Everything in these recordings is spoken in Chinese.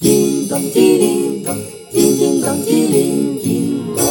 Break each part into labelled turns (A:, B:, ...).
A: 叮咚，叮铃咚，叮叮咚，叮铃叮咚。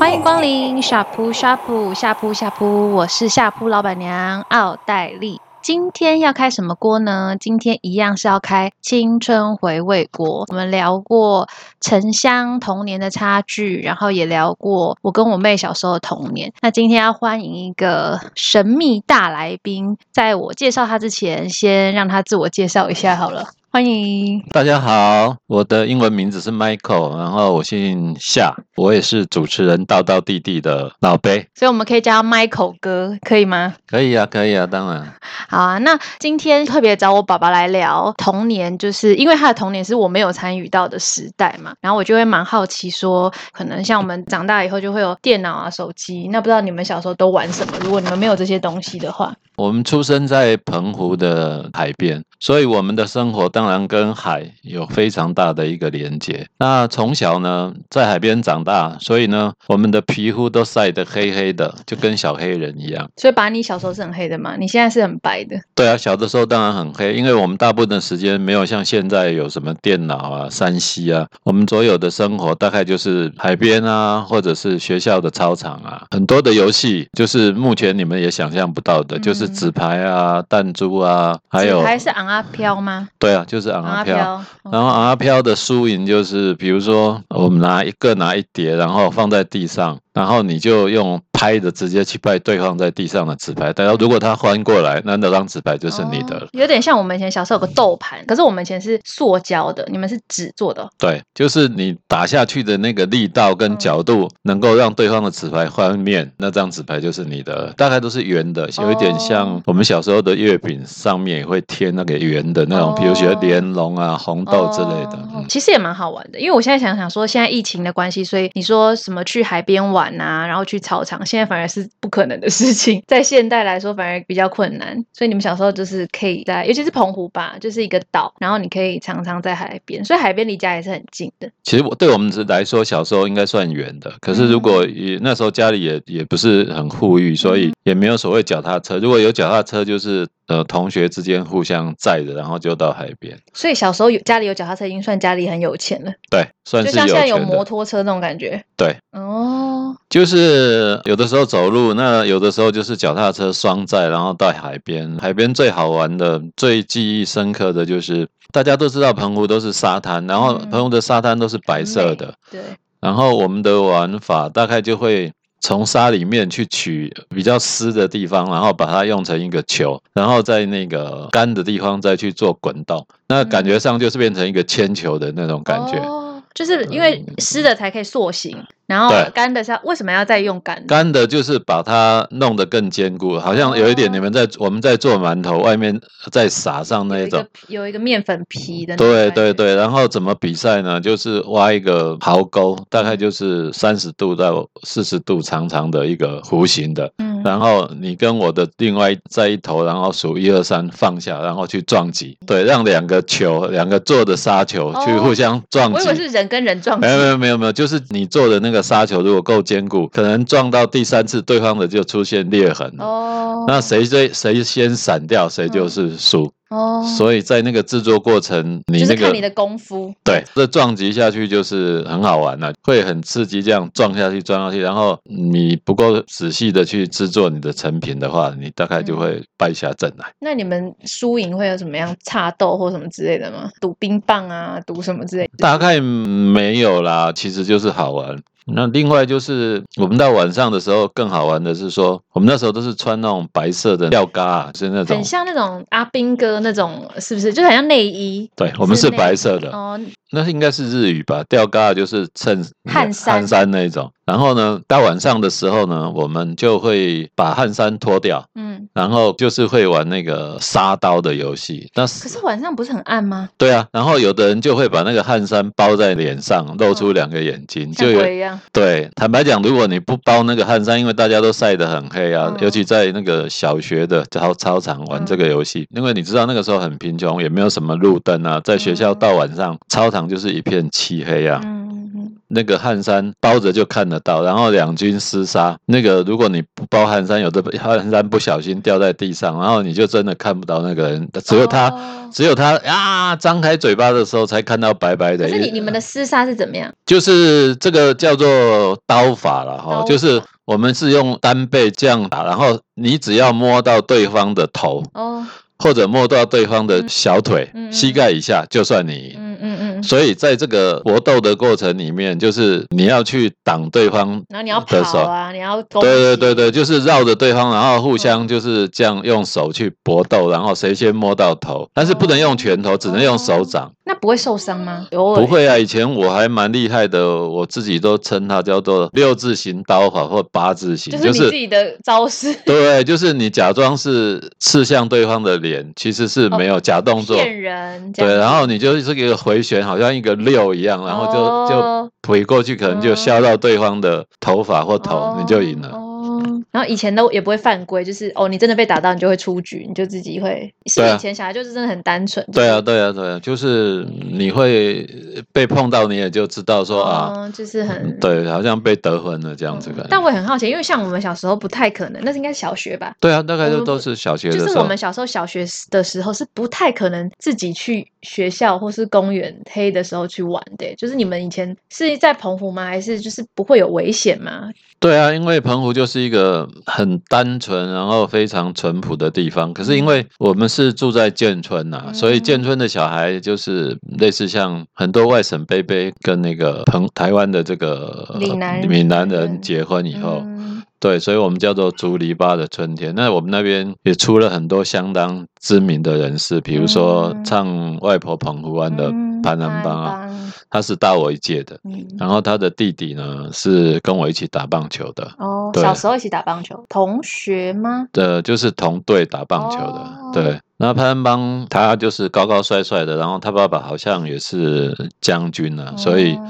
B: 欢迎光临下铺下铺下铺下铺，我是下铺老板娘奥黛丽。今天要开什么锅呢？今天一样是要开青春回味锅。我们聊过城乡童年的差距，然后也聊过我跟我妹小时候的童年。那今天要欢迎一个神秘大来宾，在我介绍他之前，先让他自我介绍一下好了。欢迎，
C: 大家好，我的英文名字是 Michael，然后我姓夏，我也是主持人道道弟弟的老贝。
B: 所以我们可以叫他 Michael 哥，可以吗？
C: 可以啊，可以啊，当然，
B: 好啊，那今天特别找我爸爸来聊童年，就是因为他的童年是我没有参与到的时代嘛，然后我就会蛮好奇说，可能像我们长大以后就会有电脑啊、手机，那不知道你们小时候都玩什么？如果你们没有这些东西的话，
C: 我们出生在澎湖的海边，所以我们的生活当然跟海有非常大的一个连接。那从小呢，在海边长大，所以呢，我们的皮肤都晒得黑黑的，就跟小黑人一样。
B: 所以把你小时候是很黑的嘛，你现在是很白的，
C: 对啊，小的时候当然很黑，因为我们大部分的时间没有像现在有什么电脑啊、山西啊，我们所有的生活大概就是海边啊，或者是学校的操场啊，很多的游戏就是目前你们也想象不到的，就是
B: 嗯
C: 纸牌啊、弹珠啊，还有
B: 还是昂啊飘吗？
C: 对啊，就是昂
B: 昂
C: 阿
B: 啊
C: 飘。
B: 飘，
C: 然后阿飘的输赢就是，比如说我们拿一个拿一叠，然后放在地上，然后你就用拍的直接去拍对方在地上的纸牌，但如果他翻过来，那那张纸牌就是你的了
B: 哦。有点像我们以前小时候有个豆盘，可是我们以前是塑胶的，你们是纸做的哦。
C: 对，就是你打下去的那个力道
B: 嗯
C: 跟角度，能够让对方的纸牌翻面，那张纸牌就是你的了。大概都是圆的，有一点
B: 哦
C: 像我们小时候的月饼上面也会贴那个圆的那种，比如说
B: 哦
C: 莲蓉啊、红豆之类的。
B: 哦
C: 嗯
B: 其实也蛮好玩的，因为我现在想想说，现在疫情的关系，所以你说什么去海边玩啊，然后去操场，现在反而是不可能的事情，在现代来说反而比较困难。所以你们小时候就是可以在，尤其是澎湖吧，就是一个岛，然后你可以常常在海边，所以海边离家也是很近的。
C: 其实我对我们来说，小时候应该算远的。可是如
B: 嗯
C: 果也那时候家里也也不是很富裕，所以也没有所谓脚踏车。如果有脚踏车，就是呃同学之间互相载着，然后就到海边。
B: 所以小时候有家里有脚踏车，已经算家里很有钱了，
C: 对，算
B: 就是像现在有
C: 权的
B: 摩。托车那种感觉。
C: 对，
B: 哦，
C: 就是有的时候走路，那有的时候就是脚踏车双载，然后到海边。海边最好玩的、最记忆深刻的就是，大家都知道澎湖都是沙滩，然后
B: 嗯
C: 澎湖的沙滩都是白色的，
B: 对，
C: 然后我们的玩法大概就会从沙里面去取比较湿的地方，然后把它用成一个球，然后在那个干的地方再去做滚动，那感
B: 嗯
C: 觉上就是变成一个铅球的那种感觉。嗯
B: 哦就是因为湿的才可以塑形，然后
C: 对
B: 干的是要为什么要再用干的？
C: 干的就是把它弄得更坚固，好像有一点
B: 哦
C: 你们在我们在做馒头，外面再撒上那
B: 有
C: 一
B: 一
C: 种
B: 个，皮有一个面粉皮的那种
C: 对
B: 感觉
C: 对，对，然后怎么比赛呢？就是挖一个壕沟，大概就是三十度到四十度长长的一个弧形的，
B: 嗯，
C: 然后你跟我的另外在一头，然后数一二三放下，然后去撞击，对，让两个球，两个做的杀球
B: 哦
C: 去互相撞
B: 我以
C: 击。
B: 为是人跟人撞击
C: 没，有没有没有没有，就是你做的那个杀球如果够坚固，可能撞到第三次，对方的就出现裂痕了。
B: 哦，
C: 那谁最谁先闪掉，谁
B: 嗯
C: 就是输。
B: 哦，
C: 所以在那个制作过程，你
B: 就是
C: 那个
B: 看你的功夫，
C: 对，这撞击下去就是很好玩了、会很刺激，这样撞下去撞下去，然后你不够仔细的去制作你的成品的话，你大概就会
B: 嗯
C: 败下阵啊来。
B: 那你们输赢会有什么样差斗或什么之类的吗？赌冰棒啊，赌什么之类的？
C: 大概没有啦，其实就是好玩。那另外就是我们到晚上的时候更好玩的是说，我们那时候都是穿那种白色的吊嘎、啊，是那种
B: 很像那种阿兵哥那种，是不是？就很像内衣
C: 对，我们
B: 是
C: 是
B: 那
C: 白色的，
B: 哦，
C: 那应该是日语吧？吊嘎啊就是衬
B: 汗衫
C: 汗衫那一种。然后呢，到晚上的时候呢，我们就会把汗衫脱掉。
B: 嗯。
C: 然后就是会玩那个杀刀的游戏。那
B: 可
C: 是
B: 是晚上不是很暗吗？
C: 对啊，然后有的人就会把那个汗衫包在脸上，露出
B: 嗯
C: 两个眼睛，就
B: 像
C: 有
B: 鬼一样，
C: 对。坦白讲，如果你不包那个汗衫，因为大家都晒得很黑啊，
B: 嗯
C: 尤其在那个小学的操操场玩这个游戏，因为你知道那个时候很贫穷，也没有什么路灯啊，在学校
B: 嗯
C: 到晚上，操场就是一片漆黑啊。
B: 嗯，嗯嗯
C: 那个汗衫包着就看得到，然后两军厮杀，那个如果你不包汗衫，有的汗衫不小心掉在地上，然后你就真的看不到那个人，只有他，
B: 哦
C: 只有他啊，张开嘴巴的时候才看到白白的。
B: 可是
C: 因
B: 你
C: 为
B: 你们的厮杀是怎么样？
C: 就是这个叫做刀法了
B: 刀
C: 哈，
B: 法
C: 就是我们是用单背这样打，然后你只要摸到对方的头
B: 哦，
C: 或者摸到对方的小腿、
B: 嗯嗯
C: 膝盖以下，就算你赢。
B: 嗯嗯嗯，
C: 所以在这个搏斗的过程里面，就是你要去挡对方
B: 然后你要
C: 的手
B: 跑，啊，你要攻击，
C: 对对对对，就是绕着对方，然后互
B: 嗯
C: 相就是这样用手去搏斗，然后谁先摸到头，但是不能用拳头，只能用手掌。
B: 那不会受伤吗？偶尔
C: 不，会啊，以前我还蛮厉害的，我自己都称它叫做六字形刀法或八字形，
B: 就是
C: 就
B: 你自
C: 是。
B: 己的招 式，
C: 对，就是你假装是刺向对方的脸，其实是没有假动作，
B: 哦骗人，这样
C: 对，
B: 子
C: 然后你就是这个回旋，好像一个六一样，然后就、
B: 哦
C: 就回过去，可能
B: 哦
C: 就削到对方的头发或头，
B: 哦
C: 你就赢了。
B: 哦，然后以前都也不会犯规，就是哦，你真的被打到，你就会出局，你就自己会。是不
C: 对
B: 是
C: 啊
B: 以前小孩就是真的很单纯。
C: 对啊，
B: 就是，
C: 对啊，对啊，就是你会被碰到，你也就知道说啊，
B: 嗯，就是很。
C: 对，好像被得分了这样子
B: 嗯
C: 感
B: 但
C: 觉。
B: 我也很好奇，因为像我们小时候不太可能，那是应该是小学吧？
C: 对啊，大概
B: 我
C: 就
B: 们
C: 都
B: 会
C: 是小学
B: 就
C: 的
B: 是
C: 时
B: 我
C: 候
B: 们。小时候小学的时候是不太可能自己去学校或是公园黑的时候去玩的。就是你们以前是在澎湖吗？还是就是不会有危险吗？
C: 对啊，因为澎湖就是一个很单纯，然后非常淳朴的地方。可是
B: 嗯
C: 因为我们是住在建村呐、所以建村的小孩就是类似像很多外省伯伯跟那个澎台湾的这个呃
B: 闽南
C: 闽南
B: 人
C: 人结婚以后，
B: 嗯
C: 对，所以我们叫做竹篱笆的春天。那我们那边也出了很多相当知名的人士，比如说
B: 嗯
C: 唱外婆澎湖湾的
B: 嗯
C: 潘南邦啊，他是大我一届的。
B: 嗯
C: 然后他的弟弟呢是跟我一起打棒球的，
B: 哦，
C: 对
B: 小时候一起打棒球，同学吗？
C: 呃，就是同队打棒球的，
B: 哦
C: 对。那潘邦他就是高高帅帅的，然后他爸爸好像也是将军啊，所以
B: 哦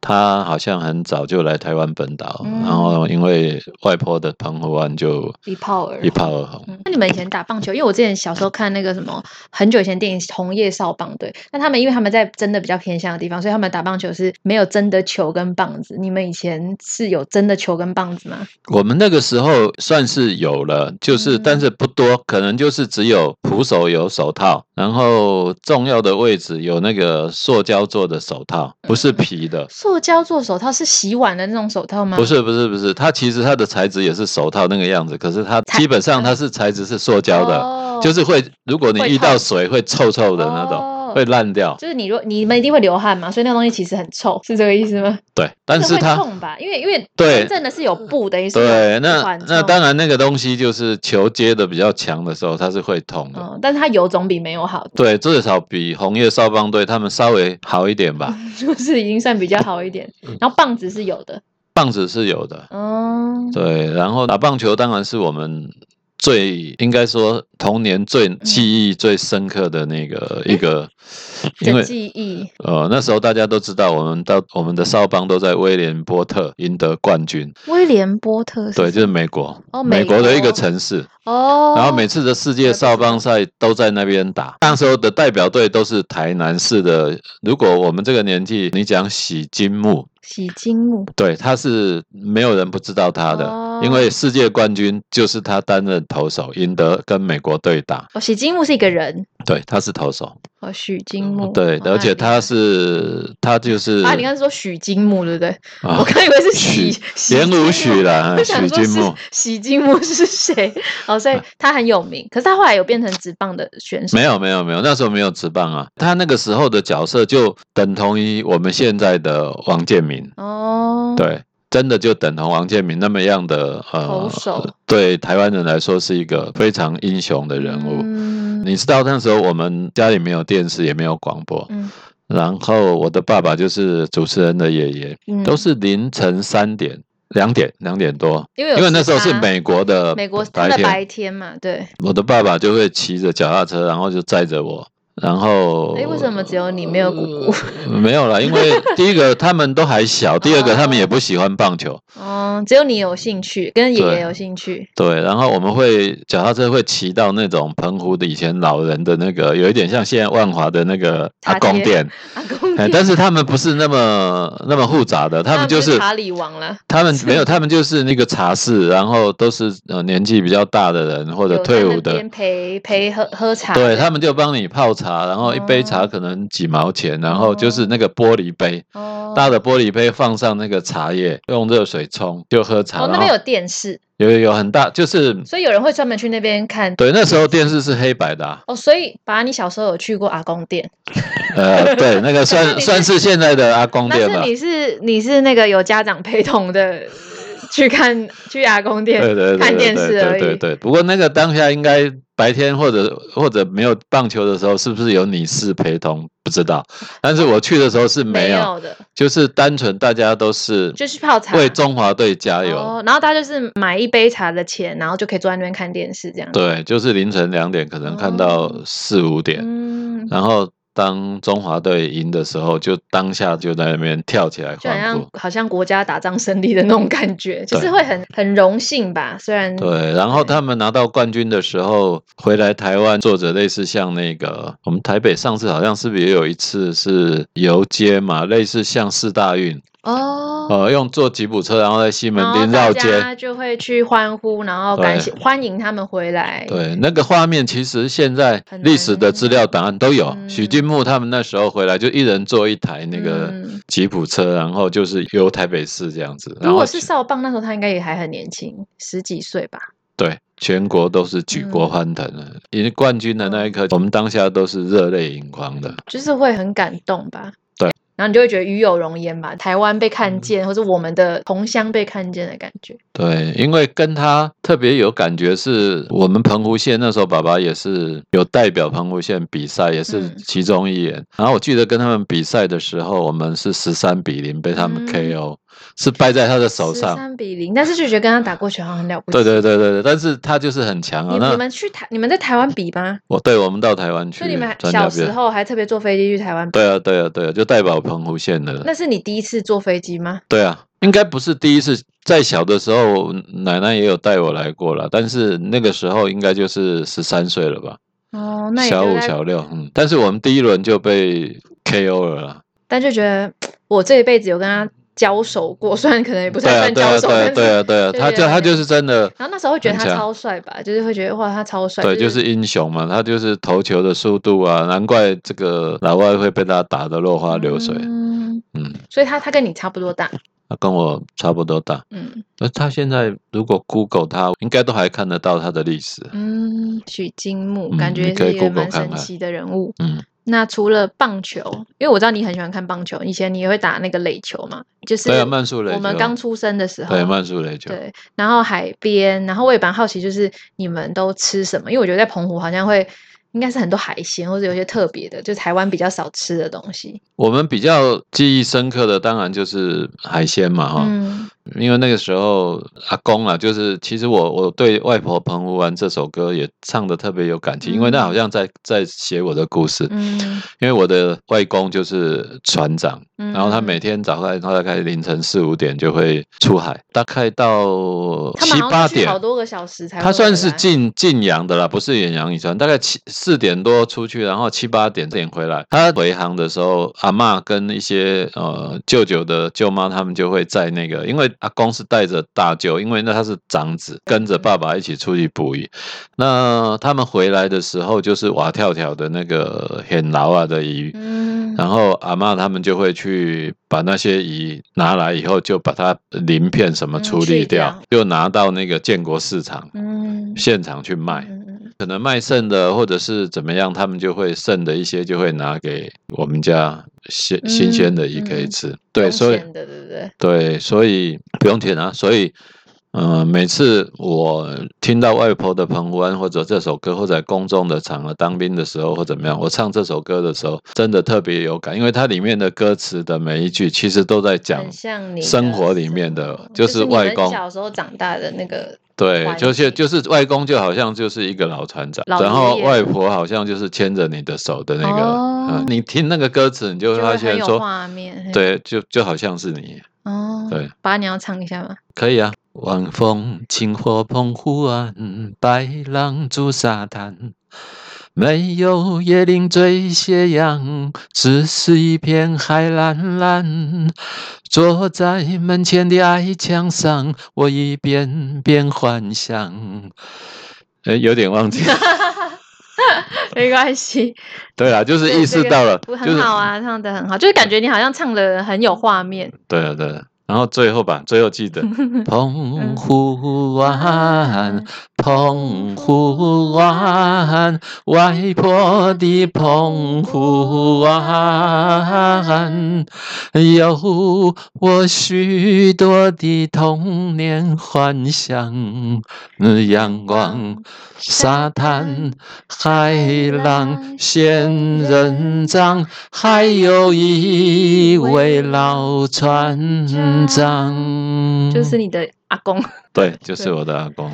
C: 他好像很早就来台湾本岛，
B: 嗯
C: 然后因为外婆的澎湖湾就
B: 一炮而
C: 一炮而红。
B: 嗯那你们以前打棒球，因为我之前小时候看那个什么很久以前电影《红叶少棒队》，那他们因为他们在真的比较偏向的地方，所以他们打棒球是没有真的球跟棒子。你们以前是有真的球跟棒子吗？
C: 我们那个时候算是有了，就是、
B: 嗯
C: 但是不多，可能就是只有扶手有手套，然后重要的位置有那个塑胶做的手套，
B: 嗯
C: 不是皮的。
B: 塑胶做手套是洗碗的那种手套吗？
C: 不，是不是不是，它其实它的材质也是手套那个样子，可是它
B: 材
C: 基本上它是材质是塑胶的，
B: 哦、
C: 就是会如果你
B: 会
C: 遇
B: 透
C: 到水会臭臭的那种，
B: 哦
C: 会烂掉。
B: 就是你若你们一定会流汗嘛，所以那个东西其实很臭，是这个意思吗？
C: 对，但
B: 这
C: 是
B: 会
C: 它
B: 痛吧，因为因为
C: 对
B: 真正的是有布的，也是有哦
C: 对
B: 一
C: 那
B: 环
C: 那
B: 冲
C: 当然那个东西就是球接的比较强的时候，它是会痛的。
B: 嗯，但是它有总比没有好，
C: 对，至少比红叶少棒队他们稍微好一点吧。
B: 嗯就是已经算比较好一点。
C: 嗯
B: 然后棒子是有的，
C: 棒子是有的，
B: 嗯，
C: 对。然后打棒球当然是我们最应该说童年最
B: 嗯
C: 记忆最深刻的那 个一个，因
B: 的
C: 为
B: 记忆
C: 呃那时候大家都知道，我们到我们的少棒都在威廉波特赢得冠军，
B: 威廉波特是
C: 对，
B: 谁
C: 就是美国，
B: 哦美
C: 美国的一
B: 国
C: 个城市。
B: 哦，
C: 然后每次的世界少棒赛都在那边打，那时候的代表队都是台南市的。如果我们这个年纪，你讲喜金木，
B: 洗金木
C: 对，他是没有人不知道他的，
B: 哦
C: 因为世界冠军就是他担任投手，赢得跟美国对打，
B: 哦，洗金木是一个人
C: 对，他是投手，
B: 哦，许金木
C: 嗯对，
B: 哦
C: 而且
B: 那
C: 他
B: 很
C: 是他就是
B: 厉害啊，你刚才说许金木对不对？
C: 啊
B: 我刚以为是许许
C: 连
B: 金木
C: 武许啦
B: 我，想
C: 许
B: 说
C: 金
B: 是
C: 木。
B: 许金木是谁？哦， 所以他很有名，可是他后来有变成直棒的选手，
C: 没有没有没有，那时候没有职棒啊，他那个时候的角色就等同于我们现在的王建民，
B: 哦，，
C: 对，真的就等同王建民那么样的
B: 投
C: 呃
B: 手，
C: 对台湾人来说是一个非常英雄的人物。
B: 嗯
C: 你知道那时候我们家里没有电视，也没有广播，
B: 嗯
C: 然后我的爸爸就是主持人的爷爷，
B: 嗯，
C: 都是凌晨三点、两点、两点多，
B: 因为有
C: 因为那时候是
B: 时差
C: 美国的
B: 美国他
C: 呃白
B: 的
C: 天，
B: 白天嘛，对，
C: 我的爸爸就会骑着脚踏车，然后就载着我。然后，呃
B: 哎，为什么只有你没有姑姑？
C: 没有啦，因为第一个他们都还小，第二个他们也不喜欢棒球，
B: 嗯，只有你有兴趣，跟爷爷
C: 对
B: 有兴趣。
C: 对。然后我们会脚踏车会骑到那种澎湖的以前老人的那个，有一点像现在万华的那个
B: 茶
C: 阿公
B: 街
C: 店，
B: 阿 公
C: 哎，
B: 店，
C: 但是他们不是那么那么复杂的，他们就是
B: 查理王啦，
C: 他们没有，他们就是那个茶室，然后都是呃年纪比较大的人或者
B: 有
C: 退
B: 在
C: 伍
B: 那
C: 的
B: 边，陪陪喝喝茶的，哦
C: 对他们就帮你泡茶，然后一杯茶可能几毛钱，然后就是那个玻璃杯，
B: 哦
C: 大的玻璃杯放上那个茶叶，用热水冲就喝
B: 哦，
C: 茶，
B: 那
C: 然
B: 边
C: 后
B: 有电视，
C: 有有有很大，就是
B: 所以有人会专门去那边看。，
C: 对那时候电视是黑白的、啊
B: 哦，所以把你小时候有去过阿公店，
C: 呃，对，那个
B: 那
C: 算
B: 你是
C: 算是现在的阿公
B: 但
C: 店
B: 是
C: 了。
B: 你是你是那个有家长陪同的去看去阿公 店
C: 对对对
B: 看
C: 对
B: 电
C: 对
B: 视而
C: 对对
B: 已。
C: 对。不过那个当下应该白天或者或者没有棒球的时候，是不是有你是陪同不 知道，但是我去的时候是
B: 没
C: 没有，
B: 有的，
C: 就是单纯大家都是
B: 就是泡茶
C: 为中华队加油。
B: 哦，然后他就是买一杯茶的钱，然后就可以坐在那边看电视这样子。
C: 对，就是凌晨两点可能看到
B: 哦
C: 四五点，
B: 嗯，
C: 然后当中华队赢的时候，就当下就在那边跳起来
B: 就好
C: 欢呼
B: 像。好像国家打仗胜利的那种感觉，就是
C: 对
B: 会很很荣幸吧。虽然
C: 对，然后
B: 对
C: 他们拿到冠军的时候回来台湾，做着类似像那个我们台北上次好像是不是也有一次是游街嘛，类似像四大运，
B: 哦，
C: 呃，用坐吉普车，然后在西门
B: 然后
C: 町绕
B: 大
C: 街。
B: 家就会去欢呼，然后感
C: 对
B: 谢欢迎他们回来。
C: 对，那个画面其实现在
B: 很
C: 历史的资料档案都有。
B: 嗯
C: 许俊木他们那时候回来就一人坐一台那个
B: 嗯
C: 吉普车，然后就是游台北市这样子。然
B: 如
C: 后
B: 果是少棒，那时候他应该也还很年轻，十几岁吧。
C: 对，全国都是举国
B: 嗯
C: 欢腾的，因为冠军的那一刻，我们当下都是热泪盈眶的。
B: 就是会很感动吧。
C: 对，嗯
B: 然后你就会觉得与有荣焉吧，台湾被看见，或者我们的同乡被看见的感觉。
C: 对，因为跟他特别有感觉，是我们澎湖县那时候，爸爸也是有代表澎湖县比赛，也是
B: 嗯
C: 其中一员。然后我记得跟他们比赛的时候，我们是十三比零被他们
B: 嗯
C: KO，、是败在他的手上。
B: 三比零，但是就觉得跟他打过去好像很了不起。
C: 对对对对对，但是他就是很强啊
B: 你。你
C: 那
B: 们去台，你们在台湾比吗？
C: 我对我们到台湾去
B: 所以你们还
C: 参加
B: 小
C: 比
B: 时
C: 赛，
B: 候还特别坐飞机去台湾比，
C: 对啊对啊对啊，就代表澎湖县的。
B: 那是你第一次坐飞机吗？
C: 对啊，应该不是第一次。在小的时候，奶奶也有带我来过了，但是那个时候应该就是十三岁了吧，
B: 哦，那也
C: 小
B: 就
C: 五、
B: 在
C: 小六。嗯，但是我们第一轮就被 KO 了啦。
B: 但就觉得我这一辈子有跟他交手过， 虽然可能也不
C: 对
B: 太
C: 啊，
B: 算
C: 对
B: 交
C: 啊，
B: 手，
C: 对啊，
B: 但
C: 对
B: 是
C: 啊，对啊，
B: 就觉
C: 他就
B: 得
C: 他
B: 很
C: 就是真的，
B: 然后那时候会觉得
C: 很
B: 他
C: 强
B: 超帅吧，就是会觉得哇，他超帅，
C: 对，就是英雄嘛，他就是投球的速度啊，难怪这个老外会被他打得落花流水。
B: 嗯
C: 嗯，
B: 所以他他跟你差不多大，
C: 他跟我差不多大，
B: 嗯
C: 那他现在如果 Google 他，应该都还看得到他的历史。
B: 嗯，许金木
C: 嗯
B: 感
C: 你
B: 觉
C: 可
B: 是
C: 以
B: 一个
C: Google
B: 蛮
C: 看
B: 神
C: 看
B: 奇的人物。
C: 嗯，
B: 那除了棒球，因为我知道你很喜欢看棒球，以前你也会打那个垒球嘛，就是
C: 对啊，曼树雷
B: 我们
C: 球
B: 刚出生的时候，
C: 对曼树雷球，
B: 对，然后海边，然后我也蛮好奇，就是你们都吃什么？因为我觉得在澎湖好像会应该是很多海鲜，或者有些特别的，就台湾比较少吃的东西。
C: 我们比较记忆深刻的当然就是海鲜嘛，哈、
B: 嗯，
C: 因为那个时候阿公啊，就是其实我我对外婆澎湖湾这首歌也唱的特别有感情，因为那
B: 嗯
C: 好像在在写我的故事，
B: 嗯
C: 因为我的外公就是船长，
B: 嗯
C: 然后他每天早上他大概凌晨四五点就会出海，大概到
B: 他们
C: 七
B: 好
C: 八
B: 像去
C: 点
B: 好。多个小时才会回来，
C: 他算是晋晋阳的啦，不是远洋渔船，大概七四点多出去，然后七八点点回来。他回航的时候，阿嬷跟一些呃舅舅的舅妈他们就会在那个，因为阿公是带着大舅，因为那他是长子，跟着爸爸一起出去捕鱼。那他们回来的时候，就是瓦跳跳的那个很牢啊的鱼，
B: 嗯，
C: 然后阿嬷他们就会去把那些鱼拿来以后，就把它鳞片什么
B: 嗯
C: 处
B: 去
C: 理掉，就拿到那个建国市场。
B: 嗯
C: 现场去卖，
B: 嗯嗯嗯
C: 可能卖剩的或者是怎么样，他们就会剩的一些就会拿给我们家新新鲜的鱼可以吃。对，
B: 嗯用
C: 所以
B: 钱的对不对？
C: 对，所以不用填啊。所以，嗯、每次我听到外婆的澎湖湾或者这首歌，或者在公众的场合当兵的时候或怎么样，我唱这首歌的时候，真的特别有感，因为它里面的歌词的每一句其实都在讲
B: 很像你的
C: 生活里面的
B: 生活就
C: 就
B: 是
C: 外
B: 你们
C: 公
B: 小时候长大的那个
C: 对
B: 外，
C: 就是
B: 面
C: 就是外公就好像就是一个老船长，
B: 老
C: 然后
B: 爷爷
C: 外婆好像就是牵着你的手的那个，
B: 哦
C: 嗯你听那个歌词，你就会
B: 就
C: 发
B: 会很
C: 现
B: 有
C: 说，
B: 画面。嘿，
C: 对，就就好像是你，
B: 哦，
C: 对，
B: 把你要唱一下吗？
C: 可以啊。晚风轻拂澎湖湾，白浪逐沙滩，没有椰林缀斜阳，只是一片海蓝蓝。坐在门前的矮墙上，我一遍遍 幻想。哎，有点忘记了。
B: 没关系，
C: 对啦，就是
B: 嗯对
C: 意
B: 这
C: 识
B: 个
C: 到了，
B: 不
C: 就
B: 很
C: 是
B: 好啊，唱的很好，就是感觉你好像唱的很有画面。
C: 对了对了，啊然后最后吧，最后 记得澎湖湾，澎湖湾，外婆的澎湖湾，有我许多的童年幻想，阳光。沙滩、海浪、仙人掌，还有一位老船长。
B: 就是你的阿公，
C: 对，就是
B: 对
C: 我的阿公。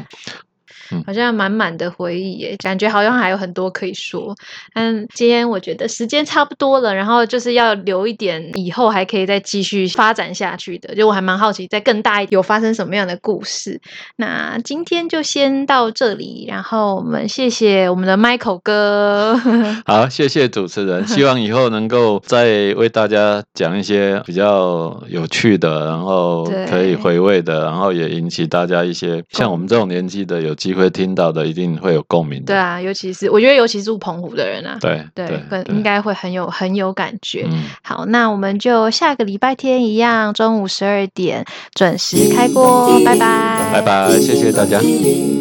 B: 好像满满的回忆耶，感觉好像还有很多可以说。但今天我觉得时间差不多了，然后就是要留一点以后还可以再继续发展下去的。就我还蛮好奇，在更大一有发生什么样的故事。那今天就先到这里，然后我们谢谢我们的 Michael 哥。
C: 好，谢谢主持人，希望以后能够再为大家讲一些比较有趣的，然后
B: 对
C: 可以回味的，然后也引起大家一些像我们这种年纪的有机会听到的，一定会有共鸣
B: 对
C: 的。
B: 啊，尤其是我觉得，尤其是住澎湖的人啊，
C: 对
B: 对，
C: 对
B: 更，应该会很有很有感觉。
C: 嗯，
B: 好，那我们就下个礼拜天一样，中午十二点准时开锅，拜拜，
C: 拜拜，谢谢大家。
A: 叮铃